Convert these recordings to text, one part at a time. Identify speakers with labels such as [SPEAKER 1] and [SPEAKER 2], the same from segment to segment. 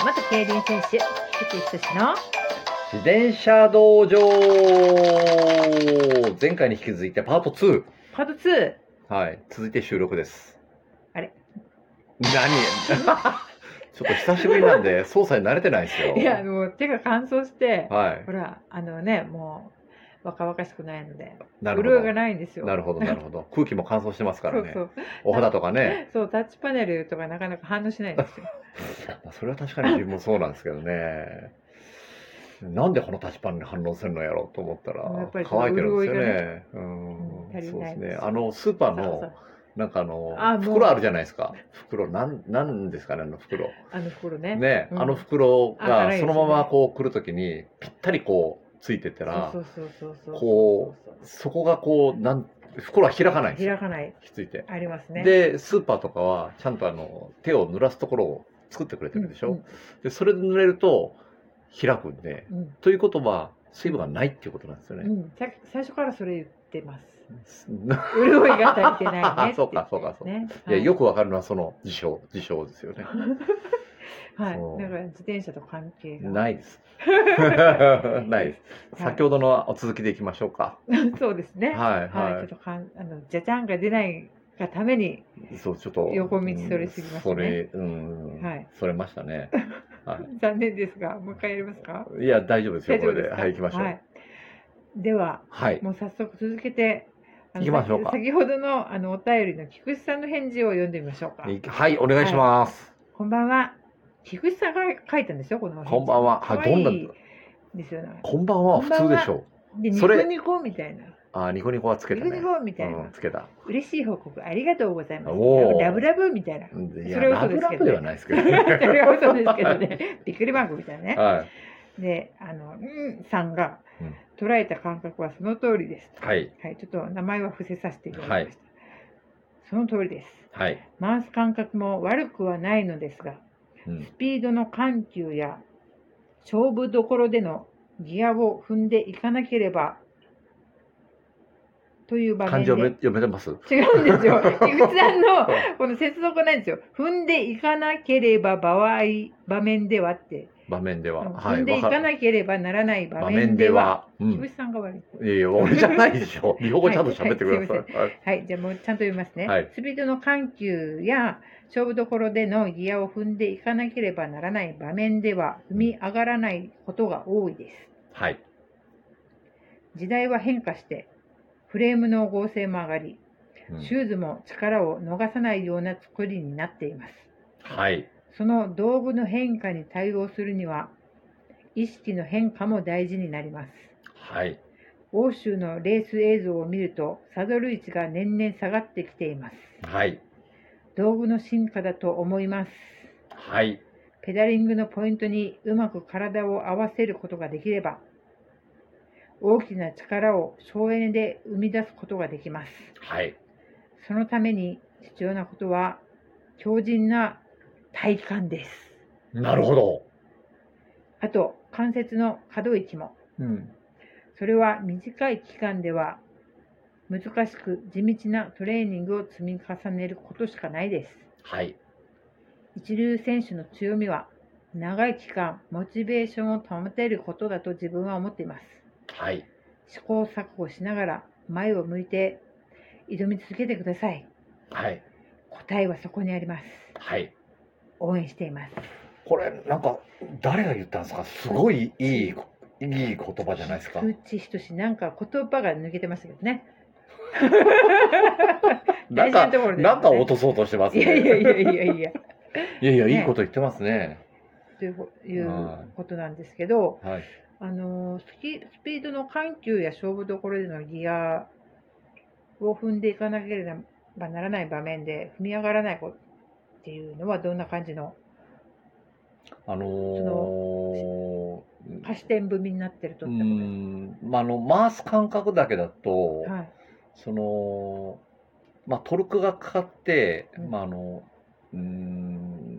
[SPEAKER 1] 元競輪選手、菊池寿の。
[SPEAKER 2] 自転車道場前回に引き続いてパート2。
[SPEAKER 1] パート2。
[SPEAKER 2] はい。続いて収録です。
[SPEAKER 1] あれ
[SPEAKER 2] 何 ちょっと久しぶりなんで、操作に慣れてないですよ。
[SPEAKER 1] いや、もう手が乾燥して、
[SPEAKER 2] はい
[SPEAKER 1] ほ。ら、あのね、もう、若々しくないので、
[SPEAKER 2] なるほ
[SPEAKER 1] 潤いが
[SPEAKER 2] ど。
[SPEAKER 1] ないんですよ。
[SPEAKER 2] なるほど、なるほど。空気も乾燥してますからね。
[SPEAKER 1] そう
[SPEAKER 2] お肌とかね。
[SPEAKER 1] そう。そう、タッチパネルとかなかなか反応しないんですよ。
[SPEAKER 2] それは確かに自分もそうなんですけどね。なんでこのタッチパンに反応するのやろうと思ったら
[SPEAKER 1] やっぱり、その
[SPEAKER 2] 乾いてるんですよ
[SPEAKER 1] 潤いが
[SPEAKER 2] ね。
[SPEAKER 1] うん
[SPEAKER 2] うん。
[SPEAKER 1] 足り
[SPEAKER 2] そう
[SPEAKER 1] な
[SPEAKER 2] で
[SPEAKER 1] い
[SPEAKER 2] す
[SPEAKER 1] です
[SPEAKER 2] ね。あの、スーパー
[SPEAKER 1] そうそ
[SPEAKER 2] の
[SPEAKER 1] う、
[SPEAKER 2] なんかあの
[SPEAKER 1] あもう
[SPEAKER 2] 袋あるじゃないですか。袋、なん、なんですかね、あの袋。
[SPEAKER 1] あの袋ね。
[SPEAKER 2] ね、
[SPEAKER 1] うん
[SPEAKER 2] あの袋
[SPEAKER 1] あ辛いで
[SPEAKER 2] が
[SPEAKER 1] す
[SPEAKER 2] そ
[SPEAKER 1] よね
[SPEAKER 2] のままこう来るときに、ぴったりこう、ついてたら
[SPEAKER 1] そ、うそうそうそうそう。
[SPEAKER 2] こ
[SPEAKER 1] う
[SPEAKER 2] そこがこう、なん、袋は開かないんですよ
[SPEAKER 1] 開。かない。
[SPEAKER 2] ひっついて。
[SPEAKER 1] ありますね。
[SPEAKER 2] で、スーパーとかは、ちゃんとあの、手を濡らすところを作ってくれて
[SPEAKER 1] うん、
[SPEAKER 2] るでしょ。
[SPEAKER 1] うん
[SPEAKER 2] で、それで濡れると、開くんで。
[SPEAKER 1] うん
[SPEAKER 2] ということは、水分がないっていうことなんですよ
[SPEAKER 1] う
[SPEAKER 2] ね。
[SPEAKER 1] んさ最初からそれ言ってます。
[SPEAKER 2] な
[SPEAKER 1] 潤いが足りてないねって言ってますね。
[SPEAKER 2] そうかそうかそう
[SPEAKER 1] ね。
[SPEAKER 2] いやよくわかるのは、その、事象、事象ですよね。
[SPEAKER 1] はい、
[SPEAKER 2] そう
[SPEAKER 1] だから自転車と関係が
[SPEAKER 2] な いです。ないです。先ほどのお続きでいきましょうか。
[SPEAKER 1] そうですね。は
[SPEAKER 2] はい、
[SPEAKER 1] い、
[SPEAKER 2] は
[SPEAKER 1] ちょっとかんあのじゃじゃんが出ないがために、
[SPEAKER 2] い。そう、ちょっと。
[SPEAKER 1] 横道それすぎましたね
[SPEAKER 2] それ、うん。
[SPEAKER 1] はい
[SPEAKER 2] それましたね。は
[SPEAKER 1] 残念ですが、もう一回やりますか。
[SPEAKER 2] い。いや、大丈夫です よ、
[SPEAKER 1] 大
[SPEAKER 2] こ
[SPEAKER 1] 丈夫
[SPEAKER 2] れ
[SPEAKER 1] です
[SPEAKER 2] で。
[SPEAKER 1] か。
[SPEAKER 2] はい、行きましょう。
[SPEAKER 1] はいでは、
[SPEAKER 2] はい。
[SPEAKER 1] もう早速続けて。あの
[SPEAKER 2] 行きましょうか
[SPEAKER 1] 先先ほどのあのお便りの菊池さんの返事を読んでみましょうか。
[SPEAKER 2] いはい、お願いします。
[SPEAKER 1] こんばんは。菊池さんが書いたんですよ、このお返事
[SPEAKER 2] こんばんは。
[SPEAKER 1] 可
[SPEAKER 2] はい、
[SPEAKER 1] 愛
[SPEAKER 2] ど
[SPEAKER 1] い
[SPEAKER 2] んな、
[SPEAKER 1] ですよね。
[SPEAKER 2] こんばんは、普通でしょ
[SPEAKER 1] で、ニ
[SPEAKER 2] そ
[SPEAKER 1] コ
[SPEAKER 2] れ
[SPEAKER 1] ニコみたいな。
[SPEAKER 2] う。あー、ニコニコはつけ
[SPEAKER 1] ニ
[SPEAKER 2] た
[SPEAKER 1] コ
[SPEAKER 2] ね。
[SPEAKER 1] ニコみたいな、
[SPEAKER 2] うん、つけた。
[SPEAKER 1] 嬉しい報告ありがとうございます。
[SPEAKER 2] おー
[SPEAKER 1] ラブラブみた いな。
[SPEAKER 2] うんいや、
[SPEAKER 1] それは
[SPEAKER 2] ラ
[SPEAKER 1] 嘘
[SPEAKER 2] ブ
[SPEAKER 1] です
[SPEAKER 2] ラ
[SPEAKER 1] けど
[SPEAKER 2] ブ
[SPEAKER 1] ね
[SPEAKER 2] ではないですけ ど
[SPEAKER 1] それ
[SPEAKER 2] ね。
[SPEAKER 1] は嘘ですけどね。びっくりマークみたいなね。
[SPEAKER 2] はい。
[SPEAKER 1] で、あの、うんさんが
[SPEAKER 2] うん
[SPEAKER 1] 捉えた感覚はその通りです。
[SPEAKER 2] はい。
[SPEAKER 1] はい、ちょっと名前は伏せさせていただきました。その通りです。
[SPEAKER 2] はい。
[SPEAKER 1] 回す感覚も悪くはないのですが、
[SPEAKER 2] うん
[SPEAKER 1] スピードの緩急や勝負どころでのギアを踏んでいかなければという場
[SPEAKER 2] 漢
[SPEAKER 1] 面
[SPEAKER 2] 字
[SPEAKER 1] で
[SPEAKER 2] 読め読めてます
[SPEAKER 1] 違うんです よ。井口さんのこの接続なんですよ。踏んでいかなければ場合、場面ではって。
[SPEAKER 2] 場面では。は
[SPEAKER 1] 踏
[SPEAKER 2] い。
[SPEAKER 1] んでい
[SPEAKER 2] わか
[SPEAKER 1] かなければならない場
[SPEAKER 2] 場
[SPEAKER 1] 面
[SPEAKER 2] 面で
[SPEAKER 1] では。
[SPEAKER 2] は。うん
[SPEAKER 1] 井。口さんが悪い。
[SPEAKER 2] いやいや、俺じゃないでしょ。日本語ちゃんと喋ってくださ。
[SPEAKER 1] はい
[SPEAKER 2] はい
[SPEAKER 1] はい、じゃあもうちゃんと読みますね。
[SPEAKER 2] はい
[SPEAKER 1] スピードの緩急や勝負どころでのギアを踏んでいかなければならない場面では踏み上がらないことが多いです。
[SPEAKER 2] はい。
[SPEAKER 1] 時代は変化して、フレームの合成も上がり、
[SPEAKER 2] うん
[SPEAKER 1] シューズも力を逃さないような作りになっています。
[SPEAKER 2] はい。
[SPEAKER 1] その道具の変化に対応するには、意識の変化も大事になります。
[SPEAKER 2] はい。
[SPEAKER 1] 欧州のレース映像を見ると、サドル位置が年々下がってきています。
[SPEAKER 2] はい。
[SPEAKER 1] 道具の進化だと思います。
[SPEAKER 2] はい。
[SPEAKER 1] ペダリングのポイントにうまく体を合わせることができれば、大きな力を省エネで生み出すことができます。
[SPEAKER 2] はい。
[SPEAKER 1] そのために必要なことは、強靭な体幹です。
[SPEAKER 2] なるほど。
[SPEAKER 1] あと、関節の可動域も
[SPEAKER 2] うん。
[SPEAKER 1] それは短い期間では難しく地道なトレーニングを積み重ねることしかないです。
[SPEAKER 2] はい。
[SPEAKER 1] 一流選手の強みは長い期間モチベーションを保てることだと自分は思っています。
[SPEAKER 2] はい。
[SPEAKER 1] 試行錯誤しながら前を向いて挑み続けてください。
[SPEAKER 2] はい。
[SPEAKER 1] 答えはそこにあります。
[SPEAKER 2] はい。
[SPEAKER 1] 応援しています。
[SPEAKER 2] これ、なんか、誰が言ったんですかすごいいい、いい言葉じゃないですか。
[SPEAKER 1] 菊池仁志なんか言葉が抜けてましたけどね。
[SPEAKER 2] な
[SPEAKER 1] 大
[SPEAKER 2] ん
[SPEAKER 1] 事な
[SPEAKER 2] か、
[SPEAKER 1] ところですね
[SPEAKER 2] なんか落とそうとしてます
[SPEAKER 1] い
[SPEAKER 2] ね。
[SPEAKER 1] やいやいやいやいや。
[SPEAKER 2] いやいや、
[SPEAKER 1] ね
[SPEAKER 2] いいこと言ってますね。
[SPEAKER 1] ということなんですけど、
[SPEAKER 2] はい。
[SPEAKER 1] あのスキスピードの緩急や勝負どころでのギアを踏んでいかなければならない場面で踏み上がらないことっていうのはどんな感じの
[SPEAKER 2] あのー、
[SPEAKER 1] 過視点踏みになってると
[SPEAKER 2] う
[SPEAKER 1] っ
[SPEAKER 2] ー
[SPEAKER 1] てことです
[SPEAKER 2] ん、まあ、あの、回す感覚だけだと、
[SPEAKER 1] か、はい
[SPEAKER 2] その、まあ、トルクがかかって
[SPEAKER 1] う、ん
[SPEAKER 2] まあ、あの、うーん、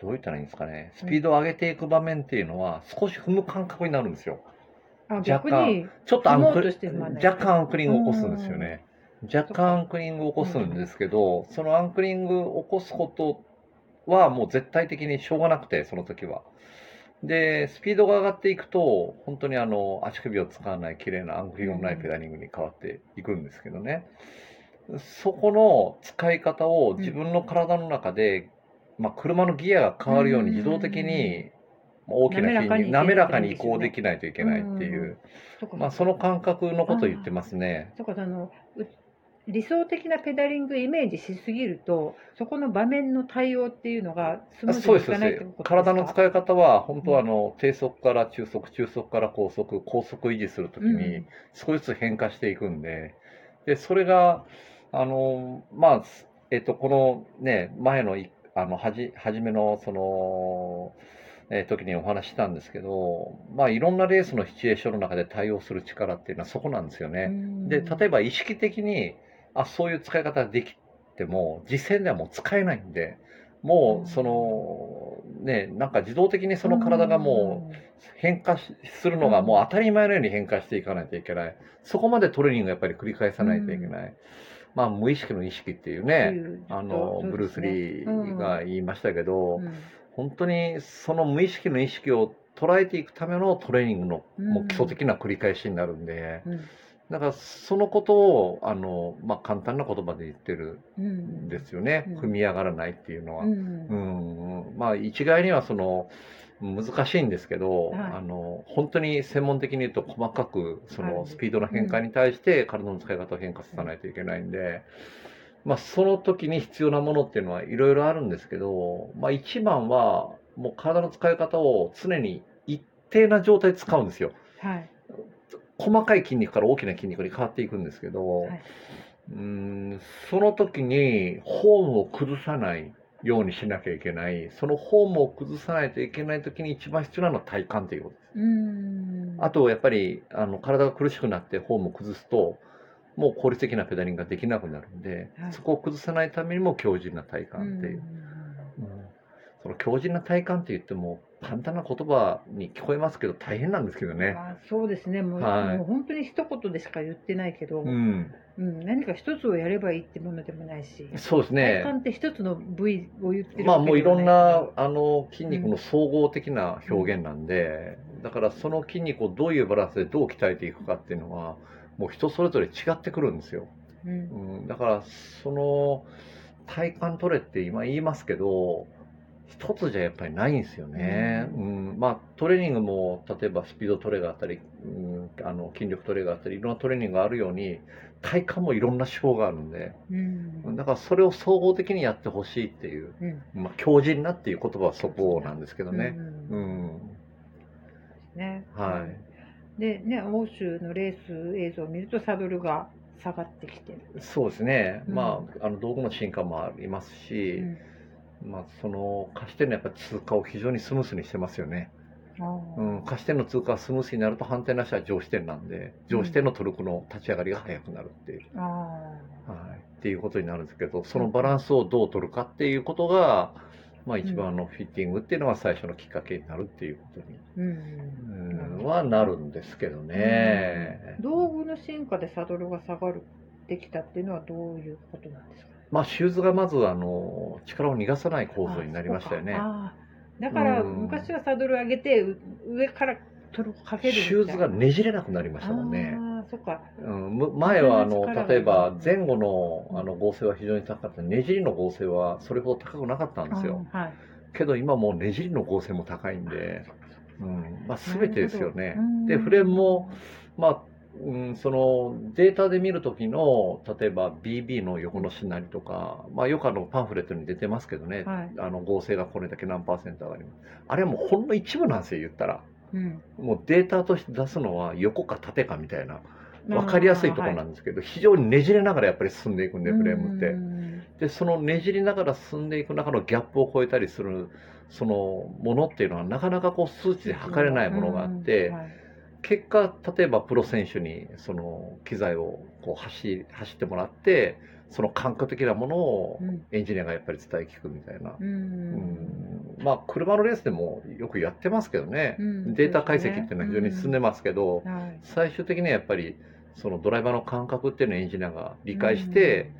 [SPEAKER 2] どう言ったらいいんですかね、スピードを上げていく場面っていうのは、少し踏む感覚になるんですよ。
[SPEAKER 1] あ
[SPEAKER 2] 若
[SPEAKER 1] 逆
[SPEAKER 2] 干
[SPEAKER 1] に
[SPEAKER 2] ちょっとアン
[SPEAKER 1] 踏も
[SPEAKER 2] ク
[SPEAKER 1] うと
[SPEAKER 2] リ
[SPEAKER 1] して踏まない
[SPEAKER 2] 若干アンクリングを起こすんですよね。若干アンクリングを起こすんですけど、そのアンクリングを起こすことはもう絶対的にしょうがなくて、その時は。で、スピードが上がっていくと、本当にあの足首を使わない綺麗なアングルのないペダリングに変わっていくんですけどね。そこの使い方を自分の体の中で、まあ、車のギアが変わるように自動的にまあ大きな筋肉、滑
[SPEAKER 1] 滑
[SPEAKER 2] ら
[SPEAKER 1] ら
[SPEAKER 2] か
[SPEAKER 1] か
[SPEAKER 2] に
[SPEAKER 1] に
[SPEAKER 2] 移行できないといけないっていうう、
[SPEAKER 1] そうか
[SPEAKER 2] まあ、その感覚のことを言ってますね。
[SPEAKER 1] そうかそのう理想的なペダリングイメージしすぎるとそこの場面の対応っていうのがスムーズ
[SPEAKER 2] そう
[SPEAKER 1] にい
[SPEAKER 2] です
[SPEAKER 1] かないって
[SPEAKER 2] ね
[SPEAKER 1] ことですか。
[SPEAKER 2] 体の使い方は、本当はあの、低速から中速、中速から高速、高速維持するとき
[SPEAKER 1] う
[SPEAKER 2] に
[SPEAKER 1] ん、
[SPEAKER 2] 少しずつ変化していくんで、で、それが、あの、まあ、すえっと、このね、前のい、あの、はじ、初めの、その、えー時にお話ししたんですけど、まあ、いろんなレースのシチュエーションの中で対応する力っていうのはそこなんですよね。で、例え
[SPEAKER 1] ば
[SPEAKER 2] ば意識的に、あ、そういう使い方ができても、実践ではもう使えないんで、も
[SPEAKER 1] うん
[SPEAKER 2] う、その、ね、なんか自動的にその体がもう変化しするのがもう当たり前のように変化していかないといけない。そこまでトレーニングをやっぱり繰り返さないといけない。まあ、無意識の意識っていうね、あの、ブルース・リーが言いましたけど、本当にその無意識の意識を捉えていくためのトレーニングのもう基礎的な繰り返しになるんで、だからそのことをあの、まあ、簡単な言葉で言ってるんですよね、
[SPEAKER 1] うん
[SPEAKER 2] 踏み上がらないっていうのは。う
[SPEAKER 1] よ。
[SPEAKER 2] んまあ、一概にはその難しいんですけど、
[SPEAKER 1] はい
[SPEAKER 2] あの本当に専門的に言うと細かくそ
[SPEAKER 1] は
[SPEAKER 2] の
[SPEAKER 1] い
[SPEAKER 2] スピードの変化に対して体の使い方を変化させないといけないんで、まあ、その時に必要なものっていうのはいろいろあるんですけど、まあ、一番はもう体の使い方を常に一定な状態で使うんですよ。
[SPEAKER 1] はい。
[SPEAKER 2] 細かい筋肉から大きな筋肉に変わっていくんですけど、
[SPEAKER 1] はいう
[SPEAKER 2] ーんその時にフォームを崩さないようにしなきゃいけないそのフォームを崩さないといけない時に一番必要なのは体幹っていうことです
[SPEAKER 1] うん。
[SPEAKER 2] あとやっぱりあの体が苦しくなってフォームを崩すともう効率的なペダリングができなくなるんで、
[SPEAKER 1] はい
[SPEAKER 2] そこを崩さないためにも強靭な体幹っていう、うんその強靭な体幹って言っても簡単な言葉に聞こえますけど大変なんですけどね、
[SPEAKER 1] あそうですねもう,、
[SPEAKER 2] はい
[SPEAKER 1] もう本当に一言でしか言ってないけど、う
[SPEAKER 2] うんん、
[SPEAKER 1] 何か一つをやればいいってものでもないし、
[SPEAKER 2] そうですね
[SPEAKER 1] 体感って一つの部位を言ってる
[SPEAKER 2] まあ
[SPEAKER 1] わけ
[SPEAKER 2] もうい
[SPEAKER 1] では
[SPEAKER 2] ろん
[SPEAKER 1] い
[SPEAKER 2] な
[SPEAKER 1] か
[SPEAKER 2] あの筋肉の総合的な表現なんで、だからその筋肉をどういうバランスでどう鍛えていくかっていうのはもう人それぞれ違ってくるんですよ、
[SPEAKER 1] らうん
[SPEAKER 2] うん、だからその体幹トレって今言いますけど一つじゃやっぱりないんですよね、
[SPEAKER 1] う
[SPEAKER 2] うんまあ、トレーニングも例えばスピードトレがあったり、うん、あの筋力トレがあったりいろんなトレーニングがあるように体幹もいろんな手法があるんで
[SPEAKER 1] うん
[SPEAKER 2] だからそれを総合的にやってほしいっていう。
[SPEAKER 1] うん
[SPEAKER 2] まあ、強靭なっていう言葉はそこなんですけどね。
[SPEAKER 1] うん
[SPEAKER 2] うん、
[SPEAKER 1] ね
[SPEAKER 2] は
[SPEAKER 1] でね欧州のレース映像を見るとサドルが下がってきてる、
[SPEAKER 2] い、そうですね。
[SPEAKER 1] うん
[SPEAKER 2] まあ、あの道具の進化もありますし、まあ、その貸し手のやっぱ通過を非常にスムースにしてますよね。
[SPEAKER 1] あー
[SPEAKER 2] うん、貸し手の通過がスムースになると反対なしは上視点なんで、上視点のトルクの立ち上がりが速くなるっていう、
[SPEAKER 1] あ
[SPEAKER 2] はい、っていうことになるんですけど、そのバランスをどう取るかっていうことが。まあ、一番のフィッティングっていうのが最初のきっかけになるっていうことに、
[SPEAKER 1] ー、うん
[SPEAKER 2] うん、はなるんですけどね。
[SPEAKER 1] 道具の進化でサドルが下がるできたっていうのはどういうことなんですか
[SPEAKER 2] まあ、シューズがまずあの力を逃がさない構造になりましたよね。
[SPEAKER 1] あそうかあーだから
[SPEAKER 2] うん
[SPEAKER 1] 昔はサドル上げてう上からトルコかけるみたい
[SPEAKER 2] シューズが
[SPEAKER 1] な
[SPEAKER 2] ねじれなくなりましたもんね。
[SPEAKER 1] ああそっか
[SPEAKER 2] うん、む前はあの
[SPEAKER 1] 力が
[SPEAKER 2] 例えば前後のあの合成は非常に高かったねじりの合成はそれほど高くなかったんですよ。
[SPEAKER 1] あーはい
[SPEAKER 2] けど今もうねじりの合成も高いんで、うんまあ、全てですよね。で
[SPEAKER 1] うん
[SPEAKER 2] フレームもまあうん、そのデータで見るときの例えば BB の横のしなりとか、まあ、よくあのパンフレットに出てますけどね、
[SPEAKER 1] はい
[SPEAKER 2] あの合成がこれだけ何パーセント上がります。あれはもうほんの一部なんですよ、言ったら。
[SPEAKER 1] うん
[SPEAKER 2] もうデータとして出すのは横か縦かみたいな、分かりやすいところな
[SPEAKER 1] あ
[SPEAKER 2] んですけど、非常にねじれながらやっぱり進んでいくん
[SPEAKER 1] ー
[SPEAKER 2] で、
[SPEAKER 1] はい
[SPEAKER 2] フレームって
[SPEAKER 1] う。ん
[SPEAKER 2] で、そのねじりながら進んでいく中のギャップを超えたりする、そのものっていうのはなかなかこう数値で測れないものがあって
[SPEAKER 1] うん、はい
[SPEAKER 2] 結果、例えばプロ選手にその機材をこう走り走ってもらって、その感覚的なものを
[SPEAKER 1] うん
[SPEAKER 2] エンジニアがやっぱり伝え聞くみたいな。
[SPEAKER 1] うん
[SPEAKER 2] うんまあ、車のレースでもよくやってますけどね、
[SPEAKER 1] うん
[SPEAKER 2] データ解析っていうのは非常に進んでますけど、
[SPEAKER 1] はい
[SPEAKER 2] 最終的にはやっぱりそのドライバーの感覚っていうのをエンジニアが理解して、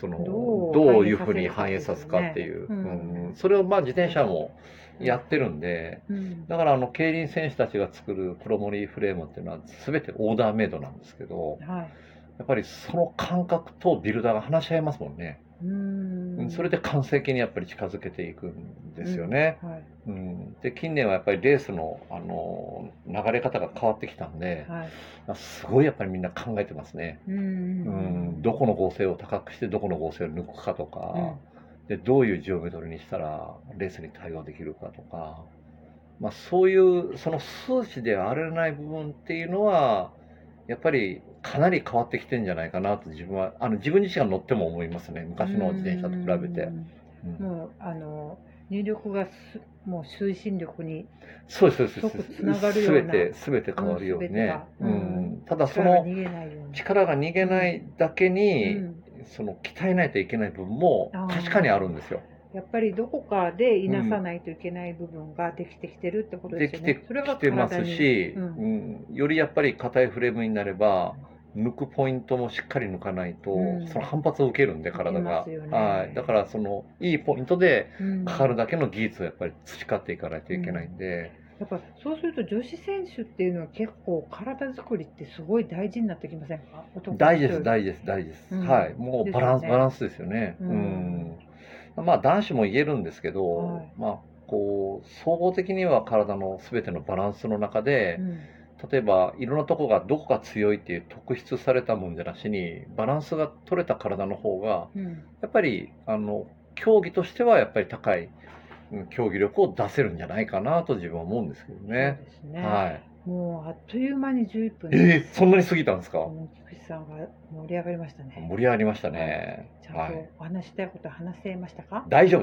[SPEAKER 2] その
[SPEAKER 1] どう
[SPEAKER 2] どういうふうに反映さすかっていう、
[SPEAKER 1] うん
[SPEAKER 2] うんそれをまあ自転車もやってるんで、
[SPEAKER 1] うん
[SPEAKER 2] だからあの競輪選手たちが作るプロモリーフレームっていうのは全てオーダーメイドなんですけど
[SPEAKER 1] はい
[SPEAKER 2] やっぱりその感覚とビルダーが話し合いますもんね、
[SPEAKER 1] うーん
[SPEAKER 2] それで完成形にやっぱり近づけていくんですよね、
[SPEAKER 1] はい
[SPEAKER 2] うんで近年はやっぱりレースのあの流れ方が変わってきたんで、
[SPEAKER 1] はい
[SPEAKER 2] すごいやっぱりみんな考えてますね、
[SPEAKER 1] うんうん
[SPEAKER 2] う
[SPEAKER 1] うん
[SPEAKER 2] ん、どこの合成を高くしてどこの合成を抜くかとか、でどういうジオメトリにしたらレースに対応できるかとか、まあ、そういうその数値であれない部分っていうのはやっぱりかなり変わってきてんじゃないかなと自分はあの自分自身が乗っても思いますね昔の自転車と比べて、
[SPEAKER 1] うん
[SPEAKER 2] うん
[SPEAKER 1] もうあの入力がすもう推進力に
[SPEAKER 2] そうですそう
[SPEAKER 1] 即
[SPEAKER 2] です
[SPEAKER 1] つながるよう
[SPEAKER 2] 全
[SPEAKER 1] な
[SPEAKER 2] て全て変わるようにね、
[SPEAKER 1] うん全てがう
[SPEAKER 2] う
[SPEAKER 1] ん
[SPEAKER 2] ん、ただそ
[SPEAKER 1] 力が
[SPEAKER 2] の
[SPEAKER 1] 逃げないように。
[SPEAKER 2] 力が逃げないだけに、
[SPEAKER 1] うん
[SPEAKER 2] その鍛えないといけない部分も
[SPEAKER 1] あー
[SPEAKER 2] 確かにあるんですよ。
[SPEAKER 1] やっぱりどこかでいなさないといけない部分ができてきてるってこと
[SPEAKER 2] で
[SPEAKER 1] ですよ
[SPEAKER 2] きて
[SPEAKER 1] ね。
[SPEAKER 2] き
[SPEAKER 1] それが
[SPEAKER 2] てます
[SPEAKER 1] 体に
[SPEAKER 2] し、
[SPEAKER 1] う
[SPEAKER 2] うんよりやっぱり硬いフレームになれば抜くポイントもしっかり抜かないと、
[SPEAKER 1] うん
[SPEAKER 2] その反発を受けるんで体が、
[SPEAKER 1] 受けますよね
[SPEAKER 2] はいだからそのいいポイントで
[SPEAKER 1] うん
[SPEAKER 2] かかるだけの技術をやっぱり培っていかないといけないんで、
[SPEAKER 1] やっぱそうすると女子選手っていうのは結構体作りってすごい大事になってきませんか
[SPEAKER 2] 大事です
[SPEAKER 1] 事
[SPEAKER 2] 大事です大事です、
[SPEAKER 1] うん
[SPEAKER 2] はいもうバラン
[SPEAKER 1] で
[SPEAKER 2] ス、
[SPEAKER 1] すよね
[SPEAKER 2] バランスですよね、う
[SPEAKER 1] うんん
[SPEAKER 2] まあ男子も言えるんですけど、
[SPEAKER 1] はい
[SPEAKER 2] まあこう総合的には体の全てのバランスの中で、例えばいろんなとこがどこが強いっていう特筆されたもんじゃなしにバランスが取れた体の方がやっぱりあの競技としてはやっぱり高いうん競技力を出せるんじゃないかなと自分は思うんですけどね。
[SPEAKER 1] そうですね、
[SPEAKER 2] はい、
[SPEAKER 1] もうあっという間に11分
[SPEAKER 2] えー、そんなに過ぎたんですか
[SPEAKER 1] もう菊池さんが盛り上がりましたね
[SPEAKER 2] 盛り上がりましたね。
[SPEAKER 1] ちゃ
[SPEAKER 2] は
[SPEAKER 1] んと
[SPEAKER 2] い、
[SPEAKER 1] お話ししたいこと話せましたか、
[SPEAKER 2] 大丈夫です